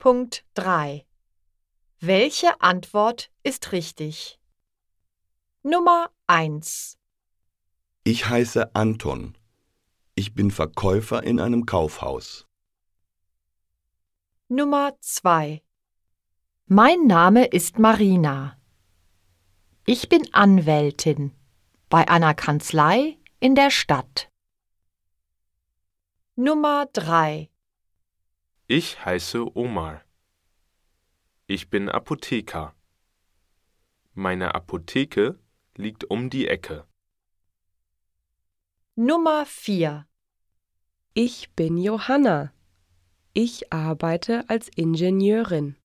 2.3 Welche Antwort ist richtig? Nummer 1, Ich heiße Anton. Ich bin Verkäufer in einem Kaufhaus. Nummer 2 Mein Name ist Marina. Ich bin Anwältin bei einer Kanzlei in der Stadt. Nummer 3 Ich heiße Omar. Ich bin Apotheker. Meine Apotheke liegt um die Ecke. Nummer 4 Ich bin Johanna. Ich arbeite als Ingenieurin.